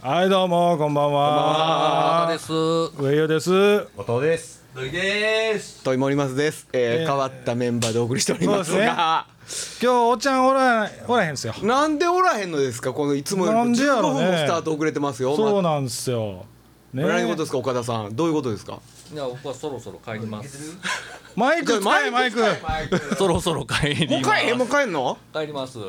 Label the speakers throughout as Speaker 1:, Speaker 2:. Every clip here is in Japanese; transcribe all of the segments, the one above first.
Speaker 1: はいどうもこんばん
Speaker 2: あ
Speaker 1: は
Speaker 2: です。と
Speaker 1: 上与です
Speaker 3: 後藤です
Speaker 2: いです。
Speaker 3: 問い森松です、えー
Speaker 1: えー
Speaker 3: 変わったメンバーでお送りしておりますが
Speaker 1: 今日おっちゃんおらおらへんすよ
Speaker 3: なんでおらへんのですかこのいつもよりも
Speaker 1: なんでや
Speaker 3: 15
Speaker 1: ろ
Speaker 3: 分
Speaker 1: ね
Speaker 3: もスタート遅れてますよ
Speaker 1: そうなんですよね
Speaker 3: ま何事ですか岡田さんどういうことですか
Speaker 2: いや僕はそろそろ帰ります。
Speaker 1: マイク使えマイク
Speaker 2: そろそろ帰り
Speaker 3: もう
Speaker 2: ます。
Speaker 3: 帰んもう帰んの
Speaker 2: 帰ります。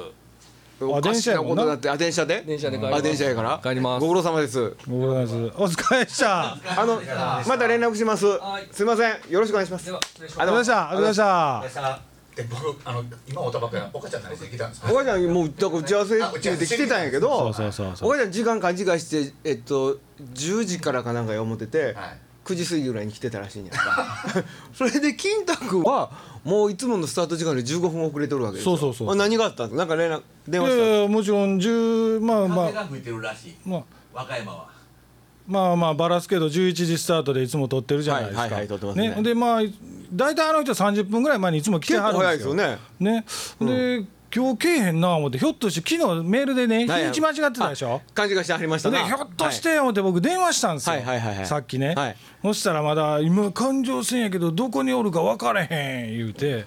Speaker 3: おかしなことになってあ電車で
Speaker 2: 電車で帰ります
Speaker 3: あ電車やから
Speaker 2: 帰ります
Speaker 3: ご苦労様です
Speaker 1: ご苦労様ですお疲れでした
Speaker 3: あのまた連絡します
Speaker 2: はい
Speaker 3: すいませんよろしくお願いします
Speaker 2: は失礼し
Speaker 1: ありがとうございましたありがとうございまし
Speaker 4: さえ僕あの今おたばくや岡ちゃんの話で聞いたんですか
Speaker 3: 岡ちゃんもうだから打ち合わせって言って来てたんやけど
Speaker 1: そうそうそうそう
Speaker 3: 岡ちゃん時間勘違いしてえっと10時からかなんかや思ってて、
Speaker 4: はい
Speaker 3: 9時過ぎぐらいに来てたらしいんやん かそれで金太くんはもういつものスタート時間より15分遅れとるわけですよ
Speaker 1: そうそうそう
Speaker 3: あ何があったのなんか連絡電
Speaker 1: た
Speaker 3: 話
Speaker 1: い
Speaker 3: し
Speaker 1: や
Speaker 3: た
Speaker 1: いやもちろん10まあま
Speaker 4: 風
Speaker 1: あ
Speaker 4: が吹いてるらしい
Speaker 1: まあ
Speaker 4: 和歌山は
Speaker 1: まあまあバラすけど11時スタートでいつも撮ってるじゃないですか。
Speaker 3: はいはいはい撮ってますね
Speaker 1: でまあ大体あの人30分ぐらい前にいつも来て
Speaker 3: 結
Speaker 1: は
Speaker 3: 構
Speaker 1: るん
Speaker 3: 早い
Speaker 1: で
Speaker 3: ですす
Speaker 1: よ。
Speaker 3: よね
Speaker 1: ねで今日来えへんな思ってひょっとして昨日メールでね
Speaker 3: はい
Speaker 1: 日にち間違ってたでしょ。
Speaker 3: 勘違いしてはりました
Speaker 1: で
Speaker 3: な
Speaker 1: ひょっとして思って僕電話したんですよ、
Speaker 3: はいはいはいはい
Speaker 1: さっきね、
Speaker 3: はい
Speaker 1: そしたらまだ「今環状線やけどどこにおるか分からへん」言うて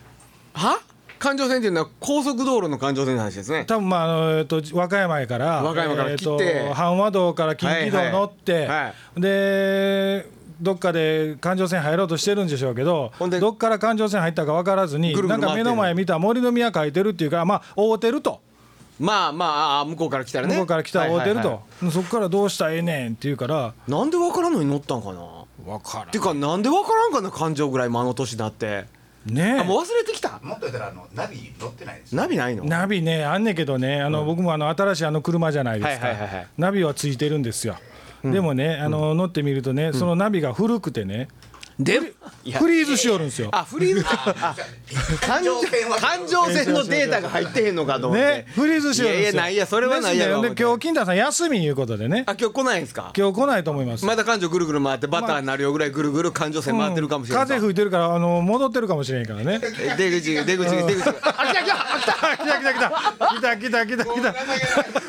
Speaker 3: はいは環状線っていうのは高速道路の環状線の話ですね
Speaker 1: 多分まああの、えっと、和歌山やから
Speaker 3: 和歌山から来て
Speaker 1: えっと阪和道から近畿道乗って、
Speaker 3: はいはいは
Speaker 1: でどっかで環状線入ろうとしてるんでしょうけど
Speaker 3: ほんで
Speaker 1: どっから環状線入ったか分からずに
Speaker 3: ぐる
Speaker 1: な
Speaker 3: ぐる
Speaker 1: ん
Speaker 3: 回
Speaker 1: か
Speaker 3: って
Speaker 1: 目の
Speaker 3: る
Speaker 1: 前見た森の宮書いてるっていうからまあ会うてると。
Speaker 3: まあまああ向こうから来たらね
Speaker 1: 向こうから来たら会うてると、
Speaker 3: はいはい
Speaker 1: そこからどうしたらええねんって言うから
Speaker 3: はいなんでわからんのに乗ったんかな
Speaker 1: 分から
Speaker 3: てかなんでわからんかな環状ぐらいもあの年になって
Speaker 1: んねえ
Speaker 3: あもう忘れてきた
Speaker 4: もっと言ったらあのナビ乗ってないです
Speaker 3: ナビないの
Speaker 1: ナビねあんねんけどねあの、僕もあの新しいあの車じゃないですか、
Speaker 3: はいはいはいはい
Speaker 1: ナビはついてるんですよ、でもねあの乗ってみるとね、そのナビが古くてね
Speaker 3: でいや
Speaker 1: フリーズしよるんですよ
Speaker 3: あフリーズ
Speaker 4: あ環
Speaker 3: 環状
Speaker 4: 状線は
Speaker 3: 環状線のデータが入ってへんのかと思って、
Speaker 1: ねフリーズしよるんですよ
Speaker 3: いやいやないやそれはないやろ
Speaker 1: ですねで今日金太さん休みいうことでね
Speaker 3: あ今日来ないんですか
Speaker 1: 今日来ないと思います、
Speaker 3: まだ環状ぐるぐる回ってバターになるよぐらいぐるぐる環状線回ってるかもしれない、
Speaker 1: 風吹いてるからあの戻ってるかもしれんから ね
Speaker 3: え出口出口出口出口あ来た来たあ来た
Speaker 1: 来た来た来た来た来た来た来た来た来た来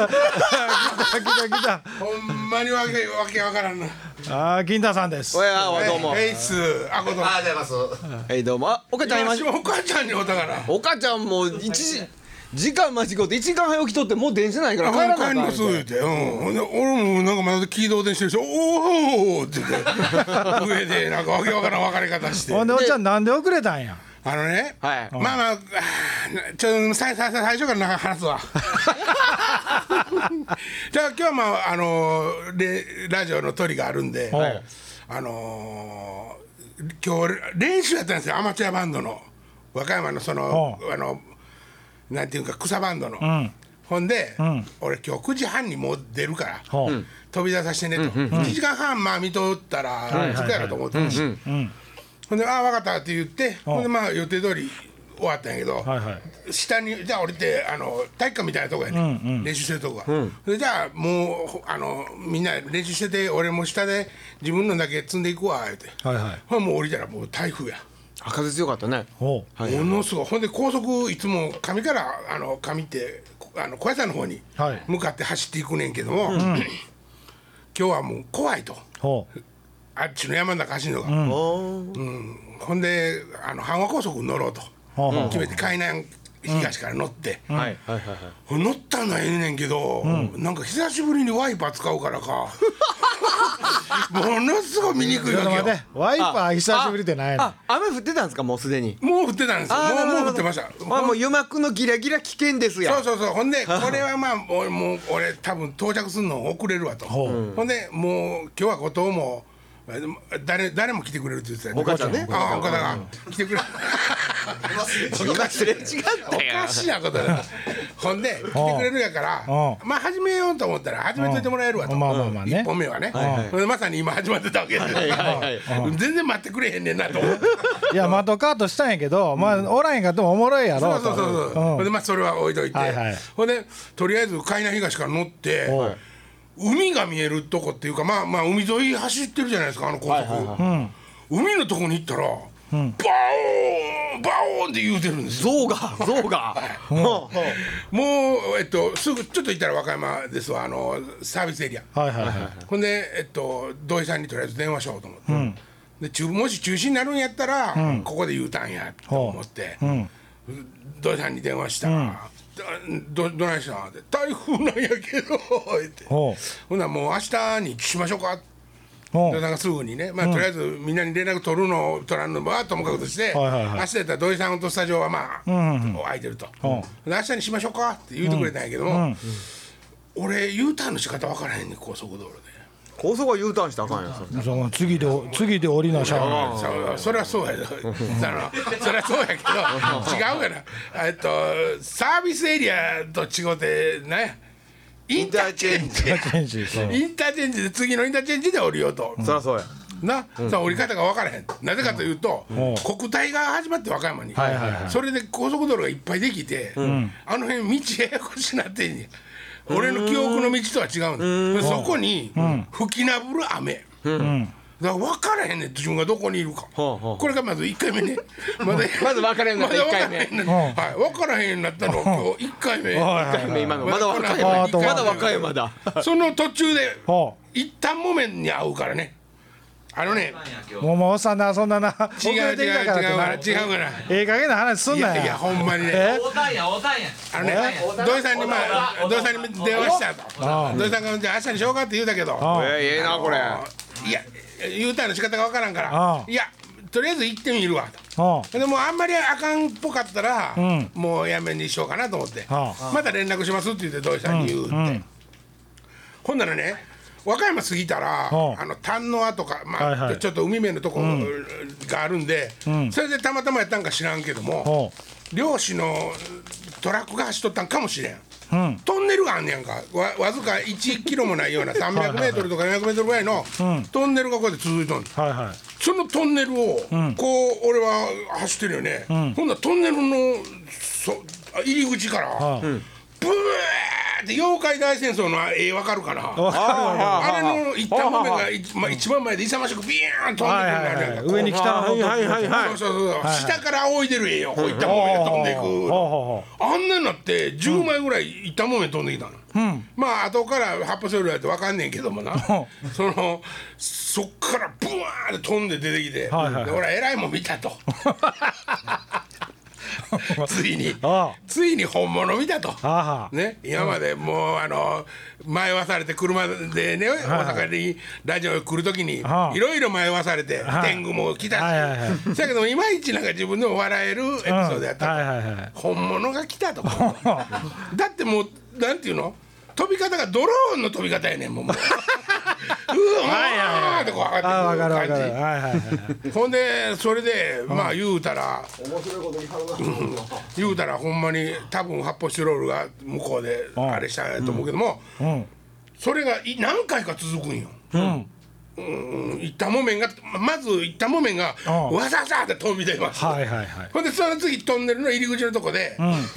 Speaker 1: た来た
Speaker 5: ほんまにわけわけわからんな。
Speaker 1: あー金太さんです
Speaker 3: おやおやどうも
Speaker 5: フェイスあこと。
Speaker 4: ありがとうございます
Speaker 3: はいどうもあおかちゃんいま
Speaker 5: 今
Speaker 3: し
Speaker 5: お母ちゃんにおったから。
Speaker 3: おかちゃんもう一時時間間違って一時間早起きとってもう電車ないから
Speaker 5: あ
Speaker 3: 帰ら
Speaker 5: 帰
Speaker 3: ない
Speaker 5: り
Speaker 3: かん
Speaker 5: ます言うて、うん、ほんで俺もなんかまだ聞い動転してるし、おーおーおーって言って、上でなんかわけわからん別れ方して、
Speaker 1: ほんでおっちゃんなんで遅れたんや
Speaker 5: あのね、
Speaker 3: はい
Speaker 5: まあまあ、あーちょっと最最最初からなんか話 すわ。じゃあ今日はまああのレラジオの撮りがあるんで、
Speaker 1: はい
Speaker 5: あのー今日練習やったんですよアマチュアバンドの和歌山のそのあのなんていうか草バンドの、
Speaker 1: ん
Speaker 5: ほんで、
Speaker 1: ん
Speaker 5: 俺今日9時半にもう出るから、
Speaker 1: ほう
Speaker 5: 飛び出させてねと、1時間半まあ見とったら着くやろと思ってたし、ほんで「ああ分かった」って言って、ほんでまあ予定通り終わったんやけど、
Speaker 1: はいはい
Speaker 5: 下にじゃあ降りてあの体育館みたいなとこやね、練習してるとこが、それじゃあもうほあのみんな練習してて俺も下で自分のだけ積んでいくわ言うて、
Speaker 1: はいはい
Speaker 5: ほんでもう降りたらもう台風や。
Speaker 3: あ風強かったね
Speaker 1: ほう
Speaker 3: はいはい
Speaker 5: ものすごいほんで高速いつも上からあの上ってこあの小屋さんの方に
Speaker 1: はい
Speaker 5: 向かって走っていくねんけども、今日はもう怖いと
Speaker 1: ほう
Speaker 5: あっちの山の中走るのが、うんほんであの阪和高速に乗ろうと
Speaker 1: ほうほう
Speaker 5: 決めて海南東から乗って、
Speaker 3: はいはいはいはい
Speaker 5: 乗ったのはええねんけど、なんか久しぶりにワイパー使うから かものすごい醜い
Speaker 1: ちょっと
Speaker 5: わ
Speaker 1: 待
Speaker 5: け
Speaker 1: っ
Speaker 5: よ
Speaker 1: てワイパー久しぶりってないの
Speaker 3: あ雨降ってたんですかもうすでに
Speaker 5: もう降ってたんですよ
Speaker 3: あーな
Speaker 5: も
Speaker 3: るほど
Speaker 5: うもう降ってました
Speaker 3: まあもう油膜のギラギラ危険ですや
Speaker 5: そうそうそうほんでこれはまあもうもう俺多分到着するの遅れるわと
Speaker 1: ほ
Speaker 5: ほ
Speaker 1: うん
Speaker 5: でもう今日は後藤もえでも誰誰も来てくれるって言ってた
Speaker 3: 岡ちゃんね
Speaker 5: ああ岡田が来てくれる
Speaker 3: 今すれ違っ
Speaker 5: お
Speaker 3: たや
Speaker 5: か
Speaker 3: ん
Speaker 5: しなことだほんで来てくれるやから
Speaker 1: う
Speaker 5: まあ始めようと思ったら始めといてもらえるわと
Speaker 1: うんまあまあまあね
Speaker 5: 1本目はね
Speaker 3: はい
Speaker 5: ほんでまさに今始まってたわけで
Speaker 3: はいは
Speaker 5: うん全然待ってくれへんねんなと思って
Speaker 1: いやマトカートしたんやけど、まあおらへんかってもおもろいやろ
Speaker 5: そうそうそうそ
Speaker 1: ん
Speaker 5: う、ほんでまあそれは置いといて、
Speaker 1: はいはい
Speaker 5: ほんでとりあえず海南東から乗って、
Speaker 1: はい
Speaker 5: 海が見えるとこっていうかまあまあ海沿い走ってるじゃないですかあの高速、海のとこに行ったらバオーンバオーンって言うてるんです
Speaker 3: 象
Speaker 5: よ
Speaker 3: が象がはあは
Speaker 5: もうえっとすぐちょっと行ったら和歌山ですわあのサービスエリア
Speaker 1: はいはいはい
Speaker 5: ほんで、えっと、土井さんにとりあえず電話しようと思って、で中もし中止になるんやったら、ここで言うたんやと思って、土井さんに電話したら「どどないしたん?」って「台風なんやけど」って
Speaker 1: ほ
Speaker 5: ほんならもう明日にしましょうか」
Speaker 1: ほ
Speaker 5: でなんかすぐにね、まあ、とりあえずみんなに連絡取るの取らんのもはともかくとして、
Speaker 1: はいはいはい
Speaker 5: 明日やったら土井さんとスタジオはまあ、空いてると、で明日にしましょうかって言うてくれたんやけども、俺 U ターンの仕方分からへんねん高速道路で。
Speaker 3: 高速は U ターンしたらあかんやんそれ
Speaker 1: その次で次で降りなしゃあない
Speaker 5: そうそれはそうやそのそれは そうやけど違うやなえっとサービスエリアと違うてねインターチェンジ
Speaker 1: チェンジそう
Speaker 5: インターチェンジで次のインターチェンジで降りようと、
Speaker 3: そりゃそうや
Speaker 5: な、さあ降り方が分からへんなぜかというと、国体が始まって和歌山に、
Speaker 1: はいはいは
Speaker 5: それで高速道路がいっぱいできて、あの辺道ややこしなってんねん俺の記憶の道とは違うんだそこに吹きなぶる雨、だから分からへんねん自分がどこにいるか、
Speaker 3: はあ
Speaker 5: これがまず1回目ねまだ
Speaker 3: まず分からへんかっ
Speaker 5: まだ
Speaker 3: た
Speaker 5: 分
Speaker 3: 1
Speaker 5: から
Speaker 3: 回
Speaker 5: へ
Speaker 3: 目
Speaker 5: んねんはい分からへんなったの今日1回目
Speaker 1: はいはい
Speaker 3: 今のま
Speaker 5: ま
Speaker 3: だ
Speaker 5: だ
Speaker 3: 若い
Speaker 1: あ
Speaker 3: ま
Speaker 1: あとは
Speaker 3: だ若いまだ
Speaker 5: その途中で
Speaker 1: ほ
Speaker 5: 一旦木綿に会うからねあのね
Speaker 1: うもうもうおっさんなそんなな
Speaker 5: 違う違う違う
Speaker 1: 遅れてきたからってな
Speaker 5: 違うから
Speaker 1: ええ加減な話すん
Speaker 5: い
Speaker 1: な
Speaker 5: や
Speaker 1: よ
Speaker 5: いやほんまにね
Speaker 1: え
Speaker 2: おたんやおたんや
Speaker 5: あのね土井さんにまあ土井さんに電話した
Speaker 1: あ
Speaker 5: と土井さんが「じゃあ明日にしようか」って言うたけど
Speaker 1: あ
Speaker 3: えええなこれ
Speaker 5: いや U ターンの仕方がわからんか
Speaker 1: あ
Speaker 5: らいやとりあえず行ってみるわと。
Speaker 1: ほ
Speaker 5: でもあんまりあかんっぽかったら、
Speaker 1: ん
Speaker 5: もうやめにしようかなと思って、
Speaker 1: は
Speaker 5: また連絡しますって言って土井さんに言うって、
Speaker 1: ん
Speaker 5: ほんならね和歌山過ぎたら、
Speaker 1: はあ
Speaker 5: あの丹野とか、まあ
Speaker 1: はいはい
Speaker 5: ちょっと海面のとこがあるんで、それでたまたまやったんか知らんけども、
Speaker 1: うほ
Speaker 5: 漁師のトラックが走っとったんかもしれん。
Speaker 1: ううん
Speaker 5: トンネルがあんねやんかわわずか1キロもないような3 0 0ルとか4 0 0ルぐらいのトンネルがこうやって続いとんの
Speaker 1: はいはい
Speaker 5: そのトンネルを、こう俺は走ってるよね、ほんならトンネルのそあ入り口から、
Speaker 1: はい
Speaker 5: ブーって妖怪大戦争の絵わかるかな
Speaker 1: わかるわ
Speaker 5: あれの一旦目が一,、まあ、一番前で勇ましくビーン飛んでくるのあるやんか、
Speaker 1: はいはいはい上に来たの
Speaker 3: はいはいはいはい
Speaker 5: そうそうそう、下から仰いでる絵よこういったもめが飛んでいく
Speaker 1: ほうほ
Speaker 5: あんなになって10枚ぐらいいったもめ飛んできたの、まあ後から発泡スチロールやって分かんねんけどもなそのそっからブワーって飛んで出てきて、
Speaker 1: はいはいはい
Speaker 5: で俺は偉いもん見 たとついに
Speaker 1: ああ
Speaker 5: ついに本物見たと。
Speaker 1: うはあは
Speaker 5: ね、今までもう、あの迷わされて車でね、大阪にラジオ来る時に、
Speaker 1: はい
Speaker 5: いろいろ迷わされて、
Speaker 1: はい
Speaker 5: 天狗も来たし、
Speaker 1: はいはいは
Speaker 5: だけどいまいちなんか自分でも笑えるエピソードやった、
Speaker 1: はいはいはい
Speaker 5: 本物が来たとだってもうなんていうの飛び方がドローンの飛び方やね んもうもううわーってこう上
Speaker 1: ああわかる
Speaker 5: が
Speaker 1: わ
Speaker 5: ってく
Speaker 1: か
Speaker 5: る
Speaker 1: る
Speaker 5: 感
Speaker 1: はいはいはい
Speaker 5: じほんでそれでまあ言うたら言うたらほんまに多分発泡スチロールが向こうで
Speaker 1: ん
Speaker 5: あれしたんやと思うけども、
Speaker 1: うん
Speaker 5: それがい何回か続くんよ。うん、いったもめんがまずいったもめんが
Speaker 1: うん
Speaker 5: わざわざって飛び出ます、
Speaker 1: はいはいはい
Speaker 5: ほんでその次トンネルの入り口のとこで、ビュワーっ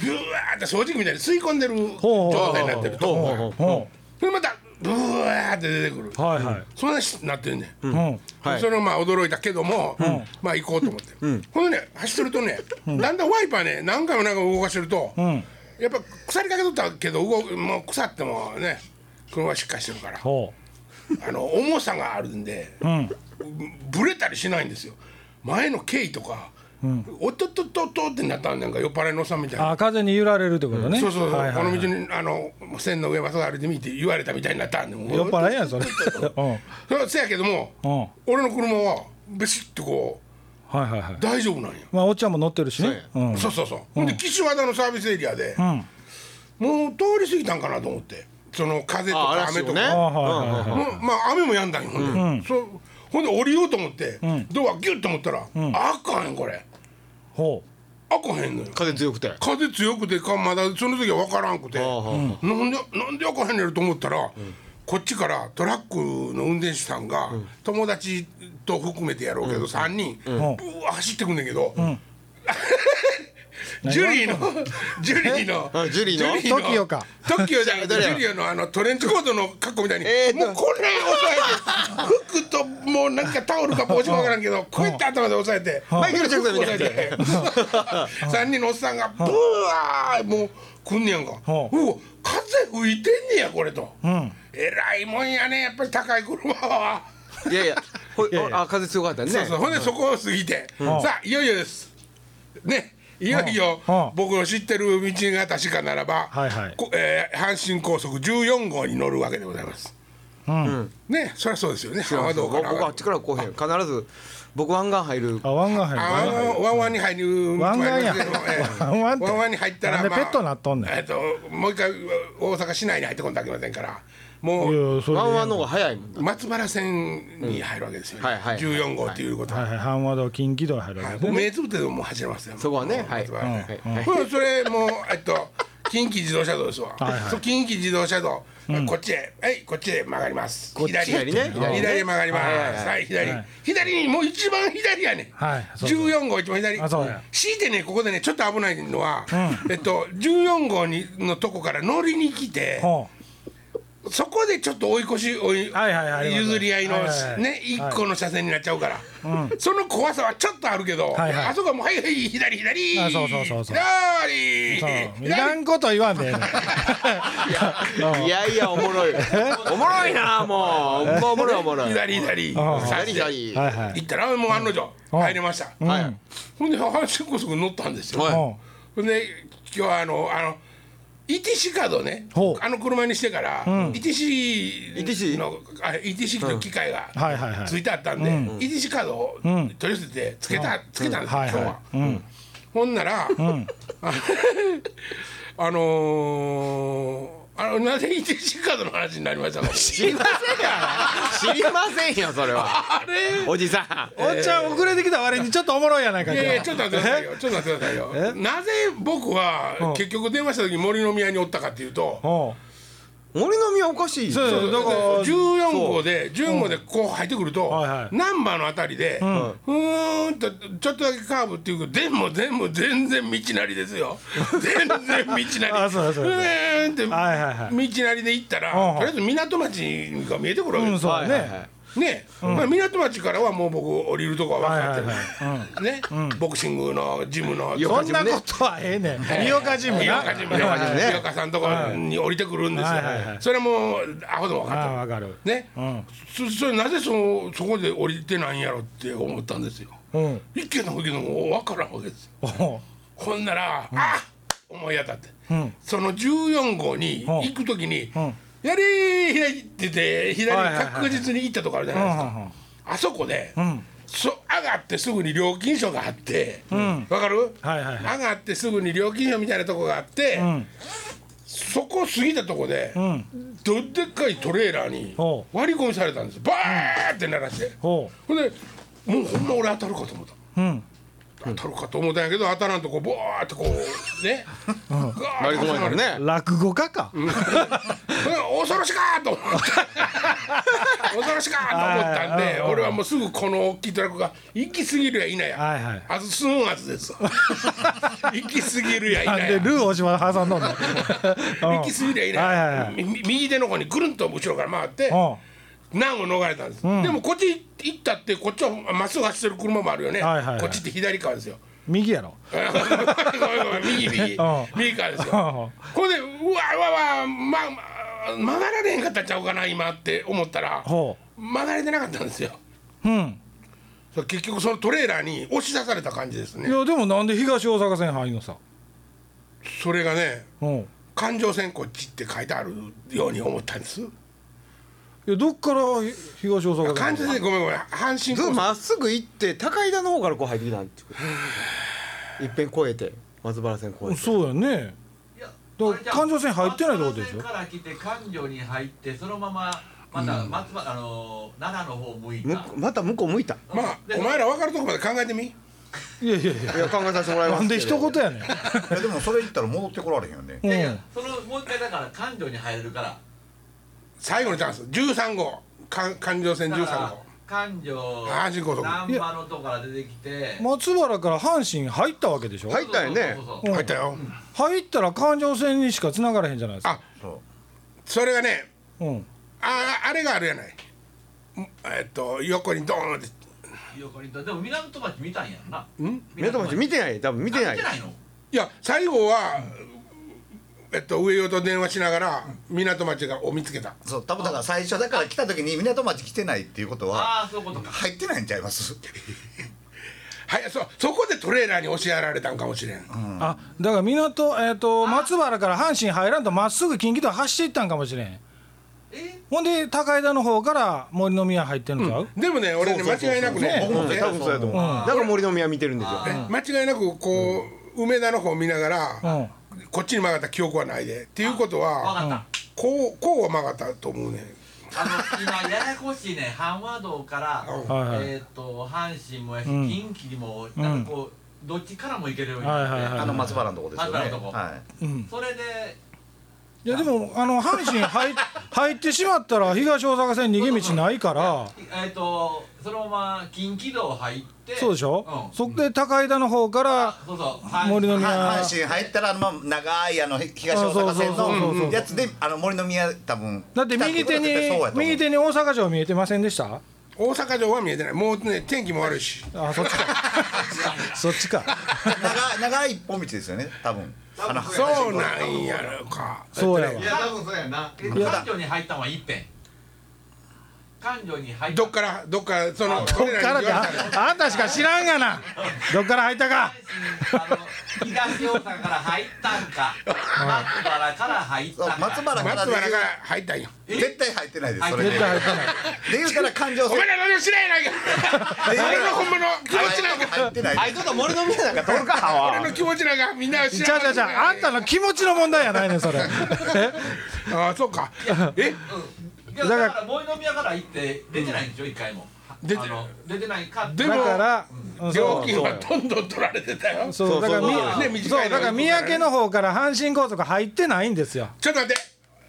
Speaker 5: て掃除機みたいに吸い込んでる
Speaker 1: ほうほうほう
Speaker 5: 状態になってるとこが
Speaker 1: ほ
Speaker 5: それまたブワーって出てくる、
Speaker 1: うはいはい
Speaker 5: そんなしなってるねん、
Speaker 1: うん
Speaker 3: はい
Speaker 5: それをまあ驚いたけども、まあ行こうと思って、ほんでね走ってるとね、だんだんワイパーね何回も何回も動かしてると、
Speaker 1: ん
Speaker 5: やっぱ腐りかけとったけど動くもう腐ってもね車はしっかりしてるから
Speaker 1: ほ
Speaker 5: あの重さがあるんで、
Speaker 1: ううん
Speaker 5: ぶれたりしないんですよ前の経緯とか、おっとっとっとっとってなったらなんか酔っ払いのおっさんみたいな
Speaker 1: あ風に揺られるってことね
Speaker 5: そうそうそう、
Speaker 1: はいはいはい
Speaker 5: この道にあの線の上まっすぐ歩いてみて言われたみたいになったんでもう
Speaker 1: 酔っ払いやんそれうんうん
Speaker 5: そうせやけども、
Speaker 1: はい
Speaker 5: 俺の車はベシッとこ
Speaker 1: はいはいう
Speaker 5: 大丈夫なんや、
Speaker 1: まあおっちゃんも乗ってるしねうん
Speaker 5: そうそうそうほんで岸和田のサービスエリアで、
Speaker 1: ん
Speaker 5: もう通り過ぎたんかなと思ってその風と
Speaker 3: あ
Speaker 5: か
Speaker 3: 嵐
Speaker 5: 雨と
Speaker 3: よ
Speaker 5: か、
Speaker 3: ね
Speaker 1: あはいはいはい
Speaker 5: もうまあ雨もやんだんよほんで、そうほんで降りようと思って、ドアギュッと思ったら、あかんこれ
Speaker 1: ほ
Speaker 5: あかへんのよ
Speaker 3: 風強くて
Speaker 5: 風強くてかまだその時は分からんくて、
Speaker 3: あはあ
Speaker 5: なんでなんであかへんねると思ったら、こっちからトラックの運転手さんが、友達と含めてやろうけど、3人、ぶわ走ってくんねんけど、 ジュリーの ジュリーの
Speaker 3: あジュリーの
Speaker 5: ジ
Speaker 1: トキオか
Speaker 5: トキオ じゃなく
Speaker 3: じゃあど
Speaker 5: てジ
Speaker 3: れや
Speaker 5: ュリオのあのトレンチコートの格好みたいに、
Speaker 3: えーと
Speaker 5: もうこれ押さえて服 ともうなんかタオルか帽子もわからんけどこういった頭で押さえて
Speaker 3: マイケルジャクソンみたいな
Speaker 5: 3人のおっさんがブワーもう来んねやんかう
Speaker 1: は
Speaker 5: わ
Speaker 1: あ
Speaker 5: 風吹いてんねやこれと、
Speaker 1: ん
Speaker 5: えらいもんやねやっぱり高い車は。
Speaker 3: いやいやほ
Speaker 1: いやいや
Speaker 3: あ風強かったね
Speaker 5: そうそうほんでそこを過ぎて、さあいよいよですねいよいよ
Speaker 1: うんうん
Speaker 5: 僕の知ってる道が確かならば、
Speaker 1: はいはい
Speaker 5: こえー阪神高速14号に乗るわけでございます
Speaker 1: うん
Speaker 5: ねそりゃそうですよね浜
Speaker 3: 僕
Speaker 5: 道から
Speaker 3: 僕あっちからこうへん必ず僕湾岸入る
Speaker 1: あワンガン入る
Speaker 5: あのワンワンに入る
Speaker 1: ワンワンや
Speaker 5: 道もありますけど
Speaker 1: ワ
Speaker 5: え
Speaker 1: ン
Speaker 5: え
Speaker 1: ワンって
Speaker 5: ワンワンに入ったら
Speaker 1: なんでペットなっとんねん
Speaker 5: えっともう一回大阪市内に入ってこんとあきませんからもう
Speaker 1: いやそれ
Speaker 3: 湾岸の方が早いもんな
Speaker 5: 松原線に入るわけですよ、ね
Speaker 3: うんはいはい
Speaker 5: 14号ということは、
Speaker 1: はいはい半和道近畿道入るわけ
Speaker 5: 僕目つぶってでももう走れますよ
Speaker 3: そこはねはい
Speaker 5: 松原線
Speaker 3: うんはい
Speaker 5: ほらそれもうえっと近畿自動車道ですわ、
Speaker 1: はいはい
Speaker 5: そう近畿自動車道、こっちへはいこっちへ曲がります
Speaker 3: こっち左ね
Speaker 5: 左
Speaker 3: 左ね
Speaker 5: 左へ曲がります
Speaker 3: は
Speaker 5: はいい
Speaker 3: はいはい
Speaker 5: 左、
Speaker 1: はい
Speaker 5: 左にもう一番左やね、
Speaker 1: はいそうそう
Speaker 5: 14号一番左
Speaker 1: あそうや
Speaker 5: 強いてねここでねちょっと危ないのは、えっと14号にのとこから乗りに来て、
Speaker 1: ほ
Speaker 5: そこでちょっと追い越し追い、
Speaker 1: はいはいはいありますね
Speaker 5: 譲り合いの、
Speaker 1: はいはいはい
Speaker 5: ね一個の車線になっちゃうから、その怖さはちょっとあるけど、
Speaker 1: はいはい
Speaker 5: あそこはもうはいはい左左
Speaker 1: あそうそうそうそううそう
Speaker 5: 左
Speaker 1: いらんこと言わんでええねん
Speaker 3: いやいやおもろ いおもろいなもうおもろいおもろい
Speaker 5: 左左
Speaker 1: あ
Speaker 5: さ
Speaker 3: 左左
Speaker 1: は
Speaker 3: はい
Speaker 1: はい
Speaker 5: 行ったらもう案の定入れました、
Speaker 1: うん
Speaker 3: い
Speaker 5: ほんで阪神高速に乗ったんですよ、
Speaker 3: はい
Speaker 1: ほ
Speaker 5: ほんで今日はあのあのイティシカードね
Speaker 1: ほう
Speaker 5: あの車にしてから、イティシのあイティシの機械が
Speaker 1: うんはいはいはい
Speaker 5: ついてあったんで、イティシカードを取り寄せてつけた、つけたん
Speaker 1: う
Speaker 5: です、
Speaker 1: はい
Speaker 5: 今日は
Speaker 1: は。いうん
Speaker 5: ほんなら、 あのー、あのなぜイティシカードの話になりましたか
Speaker 3: 知りませんよ知りませんよそれは
Speaker 5: あれ
Speaker 3: おじさん
Speaker 1: おっちゃん遅れてきた割にちょっとおもろいやないか
Speaker 5: い
Speaker 1: 今日
Speaker 5: やいやちょっと待ってくださいよちょっと待ってくださいよなぜ僕は結局電話した時森の宮におったかっていうと
Speaker 1: ほ
Speaker 3: 森の実はおかしい
Speaker 1: そうそうだから
Speaker 5: 14号で14号でこう入ってくると
Speaker 1: はいはい
Speaker 5: ナンバーのあたりでうーんとちょっとだけカーブっていうけどでもでも全然道なりで すよ全然道なり
Speaker 1: あそうだそうだ
Speaker 5: うーんって
Speaker 1: はいはいは
Speaker 5: 道なりで行ったら
Speaker 1: うんうん
Speaker 5: とりあえず港町が見えてくる
Speaker 1: う
Speaker 5: わけ
Speaker 1: う
Speaker 5: で
Speaker 1: ん
Speaker 5: す
Speaker 1: そう
Speaker 5: よ
Speaker 1: だ
Speaker 3: はいはいは
Speaker 1: ね
Speaker 3: い
Speaker 5: ねまあ港町からはもう僕降りるとこは分かってる
Speaker 1: はいはいは
Speaker 5: ねボクシングのジムの
Speaker 1: そんなことはええねん井岡ジム
Speaker 5: 井
Speaker 1: な
Speaker 5: 岡ジム井岡ジム井岡さんとこに降りてくるんですよ
Speaker 1: はいはいはい
Speaker 5: それはもうアホでも分
Speaker 1: ああ
Speaker 5: かっ
Speaker 1: わかる
Speaker 5: たね
Speaker 1: うん
Speaker 5: そそれなぜそそこで降りてないんやろって思ったんですよ
Speaker 1: うん
Speaker 5: 一軒の保険も分からんわけですよ
Speaker 1: おう
Speaker 5: ほんならあ思い当たって
Speaker 1: ん
Speaker 5: その14号に
Speaker 1: うん
Speaker 5: 行く時に
Speaker 1: ん
Speaker 5: 「やれー左」って言って
Speaker 1: はい
Speaker 5: 左
Speaker 1: はい
Speaker 5: に
Speaker 1: はい
Speaker 5: 確実に行ったとこあるじゃ
Speaker 1: う
Speaker 5: ないですか
Speaker 1: ん
Speaker 5: あそこで、
Speaker 1: ん
Speaker 5: そ上がってすぐに料金所があってわ、かる、
Speaker 1: はいはいは
Speaker 5: 上がってすぐに料金所みたいなとこがあって、
Speaker 1: ん
Speaker 5: そこ過ぎたとこで、
Speaker 1: ん
Speaker 5: どっでっかいトレーラーに
Speaker 1: ほ
Speaker 5: 割り込みされたんですバーって鳴らして、
Speaker 1: ほ
Speaker 5: ほんでもうほんま俺当たるかと思った。
Speaker 1: ううん
Speaker 5: 当たるかと思ったんやけど当たらんとこうボーってこうね、ガーッ
Speaker 3: 割り込まれたね
Speaker 1: 落語家か
Speaker 5: うん恐ろしかーと思って恐ろしかーと思ったん
Speaker 1: はいはい
Speaker 5: で
Speaker 1: はい
Speaker 5: 俺はもうすぐこの大きいトラックが行き過ぎるやいなや
Speaker 1: はいはい
Speaker 5: あずすんあず ですわ行き過ぎるやい
Speaker 1: な
Speaker 5: なんや
Speaker 1: でルー大島挟んどんの
Speaker 5: 行き過ぎるやいな
Speaker 1: はいはい
Speaker 5: や
Speaker 1: はい
Speaker 5: みみ右手の方にぐるんと後ろから回って
Speaker 1: うん
Speaker 5: 難を逃れたんです、でもこっち行ったってこっちはまっすぐ走ってる車もあるよね、
Speaker 1: はいはいはい
Speaker 5: こっちって左側ですよ
Speaker 1: 右やろ
Speaker 5: ごめんごめん右右
Speaker 1: うん
Speaker 5: 右からです
Speaker 1: うん
Speaker 5: よこれでうわうわうわ、ま、ま曲がられへんかったんちゃうかな今って思ったら
Speaker 1: ほ
Speaker 5: 曲がれてなかったんですよ
Speaker 1: ううん
Speaker 5: そう結局そのトレーラーに押し出された感じです
Speaker 1: い
Speaker 5: ね
Speaker 1: やでもなんで東大阪線入んのさ
Speaker 5: それがね
Speaker 1: うん
Speaker 5: 環状線こっちって書いてあるように思ったんです
Speaker 1: いやどっからひ東大阪線
Speaker 5: 環状線ごめんごめん阪神
Speaker 3: ずっと
Speaker 5: 高速
Speaker 3: まっすぐ行って高井田の方からこう入ってきたんってこといっぺん越えて松原線越えて
Speaker 1: そうやねだから環状線入ってないってことでしょ
Speaker 6: 松原線から来て環状に入ってそのまままた松原、あのー奈良の方向いた
Speaker 3: むまた向こう向いた
Speaker 5: まあお前ら分かるとこまで考えてみ
Speaker 1: いやいやいや
Speaker 3: いや考えさせてもらいま
Speaker 1: な
Speaker 3: す
Speaker 1: ん
Speaker 3: け
Speaker 1: で
Speaker 3: ど
Speaker 1: 一言やねん
Speaker 4: いやでもそれ言ったら戻ってこられへんよね
Speaker 1: う
Speaker 6: いやいや
Speaker 1: ん
Speaker 6: そのもう一回だから環状に入れるから
Speaker 5: 最後のチャンス13号か環状線
Speaker 6: だから
Speaker 5: 13
Speaker 6: 環状
Speaker 5: 阪神高速
Speaker 6: 難波のとこから出てきて
Speaker 1: 松原から阪神入ったわけでしょ、
Speaker 3: 入ったよね
Speaker 6: そうそうそうそう
Speaker 1: うん
Speaker 5: 入ったよ、
Speaker 1: 入ったら環状線にしか繋がれへんじゃないですか
Speaker 5: あそれがね
Speaker 1: うん
Speaker 5: ああれがあるやないんえっと横にドーンって
Speaker 6: 横にいたでも港町見たんやろな
Speaker 3: 港町見てない多分見てな
Speaker 6: あ
Speaker 3: い
Speaker 6: 見てないの
Speaker 5: いや最後は、えっと、上与と電話しながら港町がお見つけた
Speaker 4: そう多分だから最初だから来た時に港町来てないっていうことは
Speaker 6: ああそういうことか
Speaker 4: 入ってないんちゃいます
Speaker 5: はいそそこでトレーラーに押しやられたんかもしれん、
Speaker 1: あだから港、えー、と松原から阪神入らんとまっすぐ近畿道走っていったんかもしれん
Speaker 6: え
Speaker 1: ほんで高井田の方から森の宮入ってんのちゃう、
Speaker 5: でもね俺ね間違いなくね
Speaker 3: 僕も多分そうやと思うだから森の宮見てるんですよ
Speaker 5: え間違いなくこう、梅田の方見ながら、
Speaker 1: うん
Speaker 5: こっちに曲がった記憶はないでっていうこと
Speaker 6: わ
Speaker 5: は
Speaker 6: かった、
Speaker 5: こうこうは曲がったと思うね
Speaker 6: あの今ややこしいね阪和道から、
Speaker 1: はいはい
Speaker 6: えっ、と阪神もやし、
Speaker 1: うん
Speaker 6: 近畿もなんかこう、どっちからも行けるように
Speaker 1: は
Speaker 6: ない
Speaker 1: は
Speaker 6: って、
Speaker 1: いはい
Speaker 4: あの松原のとこですよね
Speaker 6: 松原のとこ
Speaker 4: はい
Speaker 6: それで
Speaker 1: いやでもあの阪神入っ 入ってしまったら東大阪線逃げ道ないから
Speaker 6: えっ、とそのまま近畿道入って
Speaker 1: そうでしょ、
Speaker 6: うん、
Speaker 1: そこで高井田の方から
Speaker 6: そうそう阪
Speaker 1: 森の宮
Speaker 4: は阪神入ったらあのまあ長いあの東大阪線
Speaker 1: あそうそうそうそう
Speaker 4: のやつであの森の宮多分
Speaker 1: だって右手に
Speaker 4: 来たってことは絶対そうやと思う
Speaker 1: 右手に大阪城見えてませんでした
Speaker 5: 大阪城は見えてないもうね天気も悪いし
Speaker 1: あそっちかそっちか
Speaker 4: 長い長い一本道ですよね多分あの
Speaker 5: そうなんやろか
Speaker 1: そうやわ
Speaker 5: えっとね
Speaker 6: や多分そうやな環状に入ったのは一遍環状に入った
Speaker 5: どっからどっからその
Speaker 1: どっからっ
Speaker 5: トレー
Speaker 1: て
Speaker 5: ラー
Speaker 1: あ
Speaker 5: に言われ
Speaker 1: あんたしか知らんがなどっから入ったか
Speaker 6: 阪神あの東大阪から入ったんか松原から入っ
Speaker 4: そ
Speaker 6: たん
Speaker 4: う
Speaker 6: か
Speaker 4: 松原
Speaker 5: た
Speaker 4: から
Speaker 5: 松原から入ったんよ
Speaker 4: 絶対入ってないですそれで
Speaker 1: 絶対入ってない
Speaker 4: で言うたら環状
Speaker 5: お
Speaker 4: 線
Speaker 5: 前ら何もしないや ないか俺のほんまの気持ちなんか
Speaker 4: 入ってない
Speaker 2: あいつが森の宮なんか通るか
Speaker 5: 俺の気持ちなんかみんな知
Speaker 1: じゃ
Speaker 5: ら
Speaker 1: あじゃあじゃああんたの気持ちの問題やないねんそれえ
Speaker 5: ああそうかえ
Speaker 6: いや
Speaker 1: だ
Speaker 6: だ
Speaker 1: から
Speaker 6: から森の宮から行って出てないんでしょ一回も
Speaker 5: 出て
Speaker 6: あの出てないか
Speaker 5: で
Speaker 1: だ
Speaker 5: も
Speaker 1: からうん
Speaker 5: 料
Speaker 1: そう
Speaker 5: 金はどんどん取られてたよ
Speaker 1: そうだからみ
Speaker 6: そう
Speaker 5: ね
Speaker 1: そ
Speaker 5: 短
Speaker 1: う
Speaker 5: い
Speaker 1: だから三宅の方から阪神高速入ってないんですよ
Speaker 5: ちょっと待っ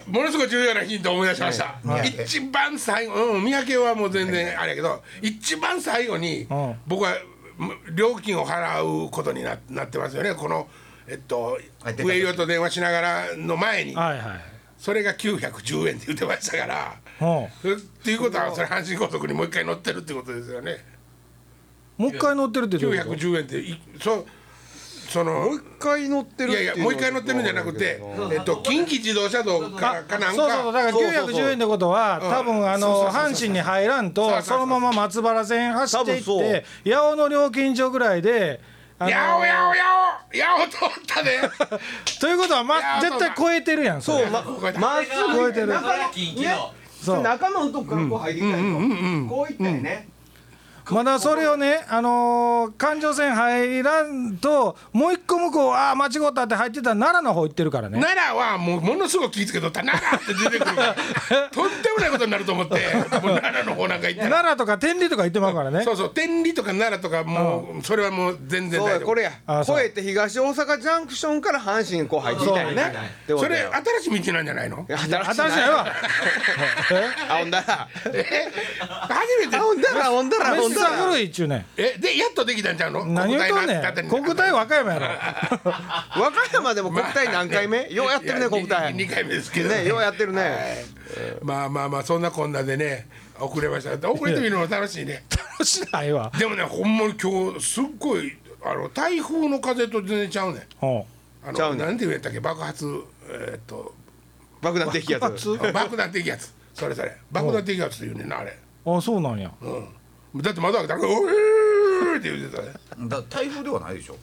Speaker 5: てものすごい重要なヒントを思い出しました、一番最後、うん、三宅はもう全然あれやけど一番最後に
Speaker 1: うん
Speaker 5: 僕はむ料金を払うことにななってますよねこのえっと
Speaker 4: 入ってた
Speaker 5: 上与と電話しながらの前に
Speaker 1: はいはい
Speaker 5: それが910円って言ってましたから
Speaker 1: うん
Speaker 5: えっていうことはそれ阪神高速にもう一回乗ってるってことですよね
Speaker 1: もう一回乗ってるってどういうこと
Speaker 5: 910円っていそその
Speaker 3: もう一回乗ってる
Speaker 5: い
Speaker 3: って
Speaker 5: やい
Speaker 3: の
Speaker 5: うや
Speaker 3: は
Speaker 5: もう一回乗ってるんじゃなくて
Speaker 6: うそう
Speaker 5: えっと近畿自動車道からかなんか
Speaker 1: そうそうそうだから910円ってことは
Speaker 5: うん
Speaker 1: 多分あ
Speaker 5: そう
Speaker 1: の
Speaker 5: そうそうそう
Speaker 1: 阪神に入らん
Speaker 5: そう
Speaker 1: と
Speaker 5: そうそ
Speaker 1: そうのまま松原線走っていっ
Speaker 3: 多分
Speaker 1: て八尾の料金所ぐらいであの
Speaker 5: やおやおやおやお通っ たね
Speaker 1: ということはま
Speaker 5: いや
Speaker 1: 絶対超えてるやんそ
Speaker 3: そ
Speaker 1: れ
Speaker 3: うま
Speaker 5: ここが
Speaker 3: まっすぐ行
Speaker 1: えてる
Speaker 6: だから近畿の
Speaker 1: そう
Speaker 3: 中野のとこからこう入ってきたでしょこう行ったよね
Speaker 1: まだそれをね、あのー環状線入らんと、もう一個向こう、ああ、間違ったって入ってたら、奈良の方行ってるからね。
Speaker 5: 奈良はもうものすごく気ぃつけとった奈良って出てく るからとんでもないことになると思ってもう奈良の方なんか行ったら
Speaker 1: 奈良とか天理とか行ってまうからね
Speaker 5: そ。うそう天理とか奈良とかもうそれはもう全然
Speaker 3: そう
Speaker 5: 大
Speaker 3: や
Speaker 5: 丈
Speaker 3: こ
Speaker 5: 夫
Speaker 3: れや
Speaker 1: あそう
Speaker 3: 越えて東大阪ジャンクションから阪神にこう入ってきたよ
Speaker 6: そうはいはい
Speaker 3: ねってこと
Speaker 5: それ
Speaker 3: や
Speaker 5: 新しい道なんじゃないの
Speaker 1: 新
Speaker 3: 新
Speaker 1: しいわ。
Speaker 3: あほんだら
Speaker 5: 初めて
Speaker 3: あほんだらほんだら
Speaker 1: め
Speaker 3: ほ
Speaker 1: っ
Speaker 3: ん
Speaker 1: ち
Speaker 3: だ
Speaker 1: ゃ
Speaker 3: ら
Speaker 1: 古いっちゅうねん。
Speaker 5: えでやっとできたんちゃうの
Speaker 1: 何言うとんね
Speaker 5: 国体の後
Speaker 1: ん。
Speaker 5: に
Speaker 1: 国体和歌山やろ。
Speaker 3: 和歌山でも国体何回目ようやってるね国体
Speaker 5: 2回目ですけど
Speaker 3: ねようやってるね
Speaker 5: まあまあまあそんなこんなでね遅れました遅れてみるのも楽しいね
Speaker 1: 楽しないわ。
Speaker 5: でもねほんまに今日すっごいあの台風の風と全然ちゃうねん
Speaker 1: ほ
Speaker 5: あ
Speaker 3: ちゃう
Speaker 5: の
Speaker 3: ねん
Speaker 5: なんて言うんやったっけ爆発えーっと
Speaker 3: 爆弾的や
Speaker 1: 爆
Speaker 3: つ
Speaker 1: 発
Speaker 5: 爆弾的やつそれそれ爆弾的やつって言うねんなあれ
Speaker 1: う。あ、そうなんや。
Speaker 5: だって窓開けたら「おえー!」って言うてたね
Speaker 4: だ台風ではないでしょ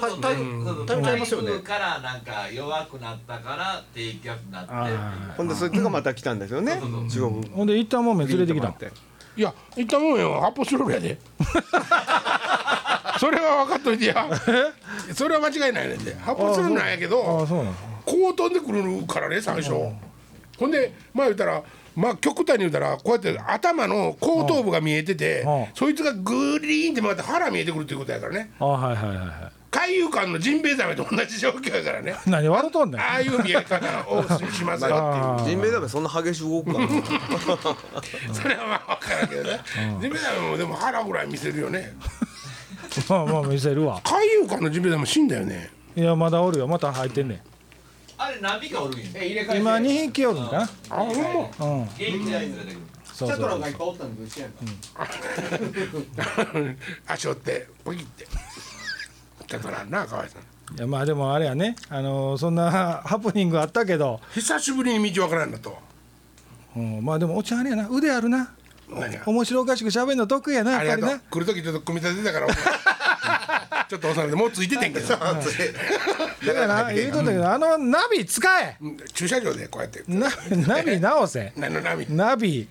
Speaker 6: そうそう台
Speaker 4: ん
Speaker 6: 風からなんか弱くなったから低気圧になって
Speaker 1: あ
Speaker 3: ほんでそいつがまた来たんですよね中国
Speaker 1: ほんで、一旦もめ連れてきたん。
Speaker 5: いや行ったもんよ発泡スチロールや でそれは分かっといてやそれは間違いないねんで発泡スチロールなんやけど
Speaker 1: ああ、そうなん。
Speaker 5: こう飛んでくるからね最初、ほんでまあ言ったらまあ極端に言うたらこうやって頭の後頭部が見えてて、
Speaker 1: うん
Speaker 5: そいつがグリーンって回って腹見えてくるっていうことやからね
Speaker 1: あ、はいはいはいはい。
Speaker 5: 海遊館のジンベエザメと同じ状況やからね
Speaker 1: 何笑うとんねん
Speaker 5: ああいう見え方をしますよっていう。
Speaker 3: ジンベエザメそんな激しく動くかな
Speaker 5: それはまあ分からんけどね。ジンベエザメもでも腹ぐらい見せるよね。
Speaker 1: まあまあ見せるわ
Speaker 5: 海遊館のジンベエザメ死んだよね。
Speaker 1: いやまだおるよまた入ってんねん
Speaker 6: あれ何匹かおるんや
Speaker 7: え入れ替えて
Speaker 1: 今2匹おるんか
Speaker 5: あほんま。
Speaker 1: なうん
Speaker 6: 元気ないやつが出てくる
Speaker 1: そう
Speaker 7: シャ
Speaker 1: そう
Speaker 7: トラ
Speaker 1: そ
Speaker 7: ン
Speaker 1: う
Speaker 7: がいっぱいおったのと一緒やんか
Speaker 5: 足折ってポキって。だからな河合さん。
Speaker 1: いやまあでもあれやねあのーそんな ハプニングあったけど、
Speaker 5: 久しぶりに道分からんなと。
Speaker 1: うん、まあでもおっちゃんあれやな腕あるな
Speaker 5: 何が
Speaker 1: 面白おかしく喋るの得意やな
Speaker 5: あり
Speaker 1: やっぱ
Speaker 5: が
Speaker 1: り
Speaker 5: とう
Speaker 1: な。
Speaker 5: 来る時ちょっと組み立てたから。お前ちょっと幼いでもうついててんけど。
Speaker 1: だから言うとったけどあのナビ使え
Speaker 5: 駐車場でこうやって。
Speaker 1: ナナビ直せ
Speaker 5: 何のナビ
Speaker 1: ナビ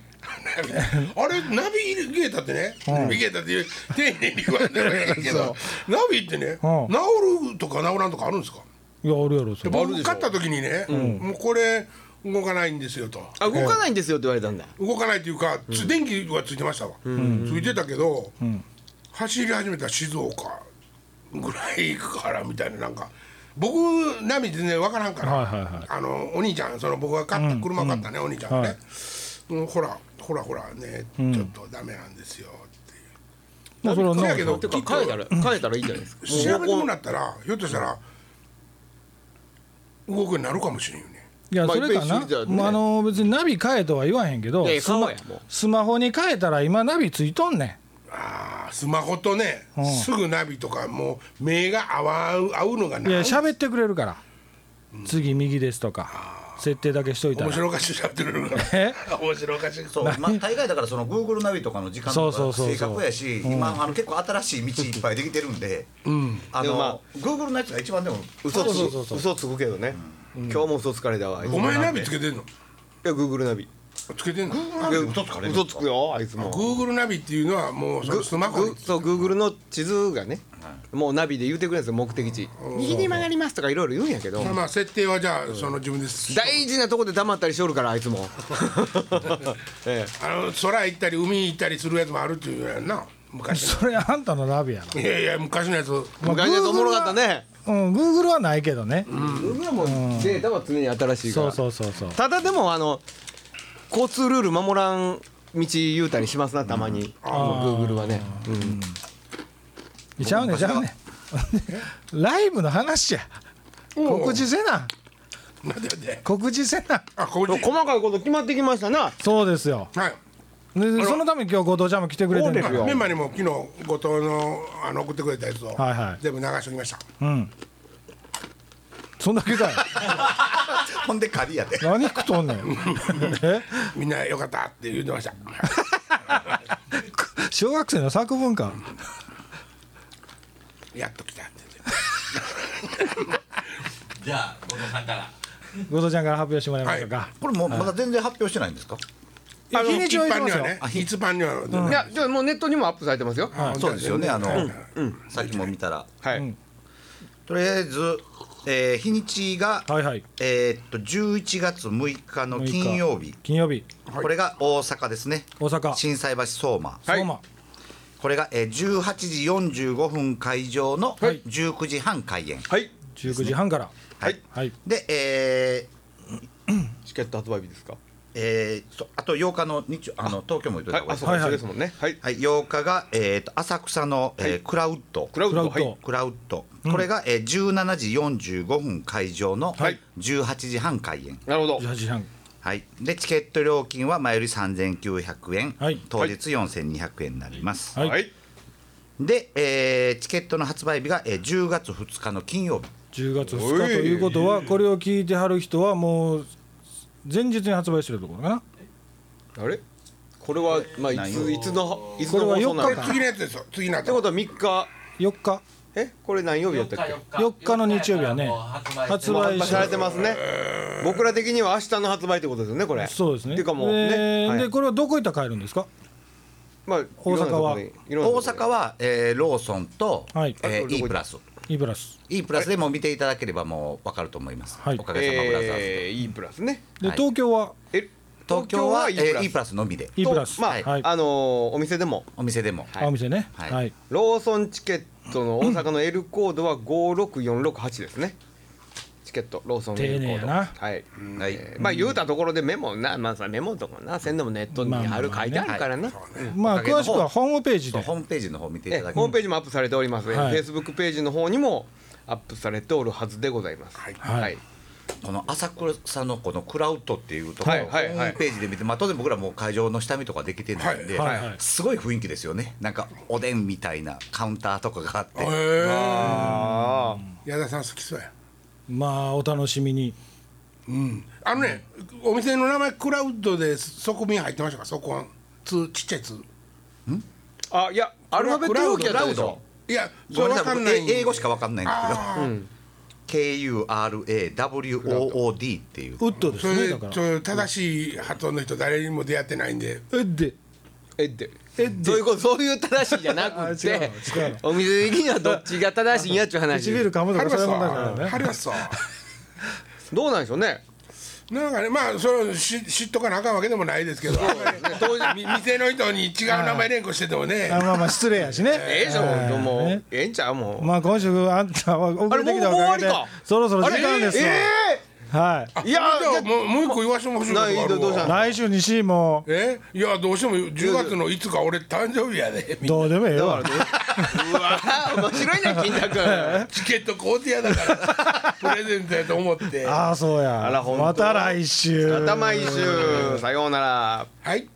Speaker 5: あれナビゲーターってね、ナビゲーターっていう丁寧に言われてるんやけどナビってね、
Speaker 1: うん
Speaker 5: 治るとか治らんとかあるんですか
Speaker 1: いやおるやろそ
Speaker 5: で
Speaker 1: れ
Speaker 5: 僕買った時にね、もうこれ動かないんですよと
Speaker 3: あ動かないんですよって言われたんだ
Speaker 5: 動かないというか、つ電気はついてましたわ、ついてたけど、走り始めた静岡ぐらいからみたいななんか僕ナビ全然わからんから、
Speaker 1: はいはいはい
Speaker 5: あのお兄ちゃんその僕が買った車買ったね、お兄ちゃんがね、うんほらほらほらね、ちょっとダメなんですよっていう。
Speaker 1: もうそれは
Speaker 5: そ
Speaker 1: 直
Speaker 5: や
Speaker 1: せ
Speaker 5: けど
Speaker 3: てか
Speaker 5: きっと
Speaker 3: 変えたら変えたらいいんじゃないですか
Speaker 5: 調べてもらったらひょっとしたら動くようになるかもしれんよね
Speaker 1: いや
Speaker 3: まあ
Speaker 1: それか
Speaker 3: いっぱい
Speaker 1: な
Speaker 3: 種類じゃあね
Speaker 1: まああのー別にナビ変えとは言わへんけど
Speaker 3: いやいや
Speaker 1: スマ
Speaker 3: 買おうやもう
Speaker 1: スマホに変えたら今ナビついとんね
Speaker 5: ああスマホとね、
Speaker 1: うん
Speaker 5: すぐナビとかもう目が合わ合うのが
Speaker 1: んいや
Speaker 5: な
Speaker 1: 喋ってくれるから次右ですとか設定だけしといた
Speaker 5: 面
Speaker 1: ら
Speaker 5: 白おかしく喋ってくれ るから
Speaker 1: え
Speaker 5: 面白おかしく
Speaker 8: そう、まあ、大概だからその Google ナビとかの時間
Speaker 1: そう
Speaker 8: と
Speaker 1: そうそ
Speaker 8: か
Speaker 1: うそう
Speaker 8: 正確やし今あの結構新しい道いっぱいできてるんで、あ
Speaker 3: でも
Speaker 8: の
Speaker 3: まあ
Speaker 8: Google のやつが一番でも
Speaker 3: 嘘
Speaker 1: そうそうそう
Speaker 3: つ
Speaker 1: そう
Speaker 3: く嘘つくけどね今日も嘘つかれたわあいつも
Speaker 5: お前ナビつけてんの
Speaker 3: いや Google ナビ
Speaker 5: つけてんの
Speaker 3: いや
Speaker 8: 嘘つかれるんで
Speaker 3: 嘘
Speaker 8: すか
Speaker 3: つくよあいつも
Speaker 5: Google ナビっていうのはもうそのスマホに
Speaker 3: グそう Google の地図がねもうナビで言うてくれるんですよ目的地右に曲がりますとかいろいろ言うんやけど
Speaker 5: まあ設定はじゃあその自分です
Speaker 3: 大事なとこで黙ったりしおるからあいつもえ
Speaker 5: あの空行ったり海行ったりするやつもあるっていうやんな昔
Speaker 1: それあんたのナビやろ
Speaker 5: のいやいや昔のやつ
Speaker 3: え昔のやつおもろかったね
Speaker 1: うん、グーグルはないけどね。
Speaker 3: Google はもうデータは常に新しいか
Speaker 1: そう
Speaker 3: ら
Speaker 1: そうそうそう。
Speaker 3: ただでもあの交通ルール守らん道言うたりしますなたまに Google はねうん
Speaker 1: ちゃうねんちゃうねん。 ライブの話や。告知せな。
Speaker 5: なんでなんで
Speaker 1: 告知せな。
Speaker 5: あこっち
Speaker 3: 細かいこと決まってきましたな
Speaker 1: そうですよ。
Speaker 5: はい
Speaker 1: でそのために今日後藤ちゃんも来てくれてる
Speaker 3: そ
Speaker 1: か
Speaker 3: うです
Speaker 1: ら。
Speaker 3: よ
Speaker 5: メンバーにも昨日後藤のあの送ってくれたやつを
Speaker 1: はいはい
Speaker 5: 全部流しておきました
Speaker 1: うん。そんだけかよ。
Speaker 8: ほんで仮やで
Speaker 1: 何食っとん ねん。え
Speaker 5: みんなよかったって言ってました
Speaker 1: 小学生の作文か。
Speaker 5: やっと来たって
Speaker 6: じゃあ後藤さんから
Speaker 1: 後藤ちゃんから発表してもらいましょうか。
Speaker 8: これもうまだ全然発表してないんですか
Speaker 1: いや
Speaker 5: あの
Speaker 1: 日にちは
Speaker 5: 一
Speaker 1: 言ってま
Speaker 5: 般に
Speaker 1: す
Speaker 5: は
Speaker 1: よ
Speaker 5: ね。一般にはね
Speaker 3: いやじゃあもうネットにもアップされてますよ
Speaker 5: あ
Speaker 8: そうですよねあの、
Speaker 5: はい
Speaker 8: さっきも見たら
Speaker 3: はい、
Speaker 1: うん
Speaker 8: とりあえず、えー日にちが、
Speaker 1: はいはい。
Speaker 8: えーっと11月6日の金曜日
Speaker 1: 金曜日
Speaker 8: これが大阪ですね
Speaker 1: 大阪。
Speaker 8: 心斎橋相馬
Speaker 1: 相馬。
Speaker 8: これが、えー、18時45分会場の
Speaker 1: はい
Speaker 8: 19時半開演、
Speaker 3: はい
Speaker 1: 19時半から。
Speaker 8: はい
Speaker 1: はい。
Speaker 8: で、えー
Speaker 3: チケット発売日ですか
Speaker 8: えー、そあと8日の日曜あの東京も言っとい
Speaker 3: はい
Speaker 8: た方が
Speaker 3: あ
Speaker 8: いい
Speaker 3: そ
Speaker 8: で
Speaker 3: う
Speaker 8: す
Speaker 1: はいはい
Speaker 3: か一緒ですもんねはい
Speaker 8: はい、8日が、えー、と浅草の、えークラウド
Speaker 3: クラウ
Speaker 1: クラ
Speaker 3: ド
Speaker 1: ウ
Speaker 3: はい
Speaker 1: ド。
Speaker 8: クラウド、これが、えー、17時45分会場の
Speaker 3: はい
Speaker 8: 18時半開演、
Speaker 3: なるほど
Speaker 1: 18時半。
Speaker 8: はい、でチケット料金は前より3900円、
Speaker 1: はい
Speaker 8: 当日4200円になります、
Speaker 1: はい
Speaker 3: はい
Speaker 8: で、えーチケットの発売日が、えー10月2日の金曜日
Speaker 1: 10月2日ということはこれを聞いてはる人はもう前日に発売してるところかな
Speaker 3: あれこれはまあいついつのいつ
Speaker 1: これ
Speaker 3: の
Speaker 1: は
Speaker 3: 放
Speaker 1: 4
Speaker 3: 送なの
Speaker 1: 日
Speaker 3: か
Speaker 1: 間
Speaker 3: っ
Speaker 5: 次のやつですよ次のやつ
Speaker 3: てことは3日
Speaker 1: 4日
Speaker 3: えこれ何曜日やったっけ
Speaker 1: 4日の日曜日はね
Speaker 6: もう発売
Speaker 1: 発
Speaker 3: もう
Speaker 1: 売
Speaker 3: 発売されてますね僕ら的には明日の発売ってことですよねこれ
Speaker 1: そうですね
Speaker 3: っていうかもう
Speaker 1: で
Speaker 3: ねはい
Speaker 1: でこれはどこ行ったら買えるんですか
Speaker 3: まあ
Speaker 1: 大阪はい
Speaker 3: ろんなと
Speaker 8: 大
Speaker 3: こに
Speaker 8: 阪は、えーローソンと、
Speaker 1: はい
Speaker 8: え
Speaker 3: あどこ行っ
Speaker 8: ー、E プラス
Speaker 1: E プラス
Speaker 8: E プラスでも見ていただければもう分かると思います、
Speaker 1: はい
Speaker 8: おかげさまブラザーズで、
Speaker 3: えー E プラスね
Speaker 1: で
Speaker 8: はい
Speaker 1: 東京は
Speaker 3: え
Speaker 8: 東京は
Speaker 3: 東
Speaker 8: えー E プラスのみで
Speaker 1: E プラス
Speaker 3: とまあ
Speaker 1: はい
Speaker 3: あのーお店でも
Speaker 8: お店でも、
Speaker 1: あお店ね
Speaker 8: は
Speaker 1: はいい
Speaker 3: ローソンチケットの大阪の L コードは56468ですねチケットローソンの L コー
Speaker 1: 丁寧
Speaker 3: ド
Speaker 1: やな
Speaker 3: はい、
Speaker 8: はい
Speaker 3: えーまあ言うたところでメモなまあさメモとかなせんでもネットに
Speaker 1: まあまあ
Speaker 3: ある
Speaker 1: まあ
Speaker 3: 書いてあるからな、
Speaker 1: まあ詳しくはホームページ
Speaker 8: ちょっ
Speaker 1: で
Speaker 8: とホームページの方見てい
Speaker 3: え
Speaker 8: ただ
Speaker 3: ー
Speaker 8: け
Speaker 3: ホームページもアップされております、フ
Speaker 1: はい
Speaker 3: ェイスブックページの方にもアップされておるはずでございますはい、
Speaker 1: はい
Speaker 8: この浅草のこのクラウトっていうところ、
Speaker 3: はいはいはい
Speaker 8: ホームページで見て、まあ、当然僕らもう会場の下見とかできてないんで、
Speaker 1: はいはいはい
Speaker 8: すごい雰囲気ですよねなんかおでんみたいなカウンターとかがあって、
Speaker 5: へえ
Speaker 3: あ
Speaker 5: 矢田さん好きそうや
Speaker 1: まあお楽しみに
Speaker 5: うんあのねお店の名前クラウドで底見入ってましたかそこつちっちゃいつ
Speaker 3: ーあいやアルファベット表記やったでしょ
Speaker 5: いやそ
Speaker 8: ご
Speaker 5: れわ
Speaker 8: めんな
Speaker 5: か
Speaker 8: さい
Speaker 5: んな
Speaker 8: 僕
Speaker 5: い
Speaker 8: え英語しかわかんないんだ
Speaker 5: あー
Speaker 8: けど KURAWOOD っていう
Speaker 1: ウッドで
Speaker 5: そ
Speaker 1: す
Speaker 5: れ
Speaker 1: ね
Speaker 5: で
Speaker 1: だから
Speaker 5: ちょ正しい発音の人誰にも出会ってないんで
Speaker 1: ウッデ
Speaker 3: えって
Speaker 1: えって
Speaker 3: そういうこと そういう正しいじゃなく
Speaker 1: あ違うの違
Speaker 3: て
Speaker 1: うの
Speaker 3: お店的にはどっちが正しいんやっちゅう話
Speaker 1: 唇噛むと
Speaker 5: 春
Speaker 1: か
Speaker 5: は
Speaker 1: そういうも
Speaker 5: そ
Speaker 1: んだから
Speaker 5: う
Speaker 1: ね
Speaker 5: 春はそう
Speaker 3: どうなんでしょうね
Speaker 5: なんかねまあそれを知知っとかなあかんわけでもないですけど
Speaker 3: 当時
Speaker 5: み店の人に違う名前連呼しててもね
Speaker 1: あまあまあ失礼やしね
Speaker 3: ええじゃんほんともう
Speaker 1: ね
Speaker 3: ええんちゃうも
Speaker 1: まあ今週あんたは遅れてきたおかげ
Speaker 3: あれもうもう終わり
Speaker 1: で
Speaker 3: か
Speaker 1: そろそうろ
Speaker 3: あ
Speaker 1: 時間ですわ
Speaker 3: え
Speaker 1: はい
Speaker 5: あ
Speaker 3: いや
Speaker 5: それでもうもう一個言わしてほしいことがあるわ
Speaker 3: ないどうした
Speaker 1: 来週西井も
Speaker 5: えいやどうしても10月のいつか俺誕生日やで
Speaker 1: どうでもええわ
Speaker 3: えうわ面白いな金田君
Speaker 5: チケット買うてやだから プレゼントやと思っては
Speaker 1: ああそうや
Speaker 3: あらほんと
Speaker 1: また来週
Speaker 3: また毎週さようなら
Speaker 5: い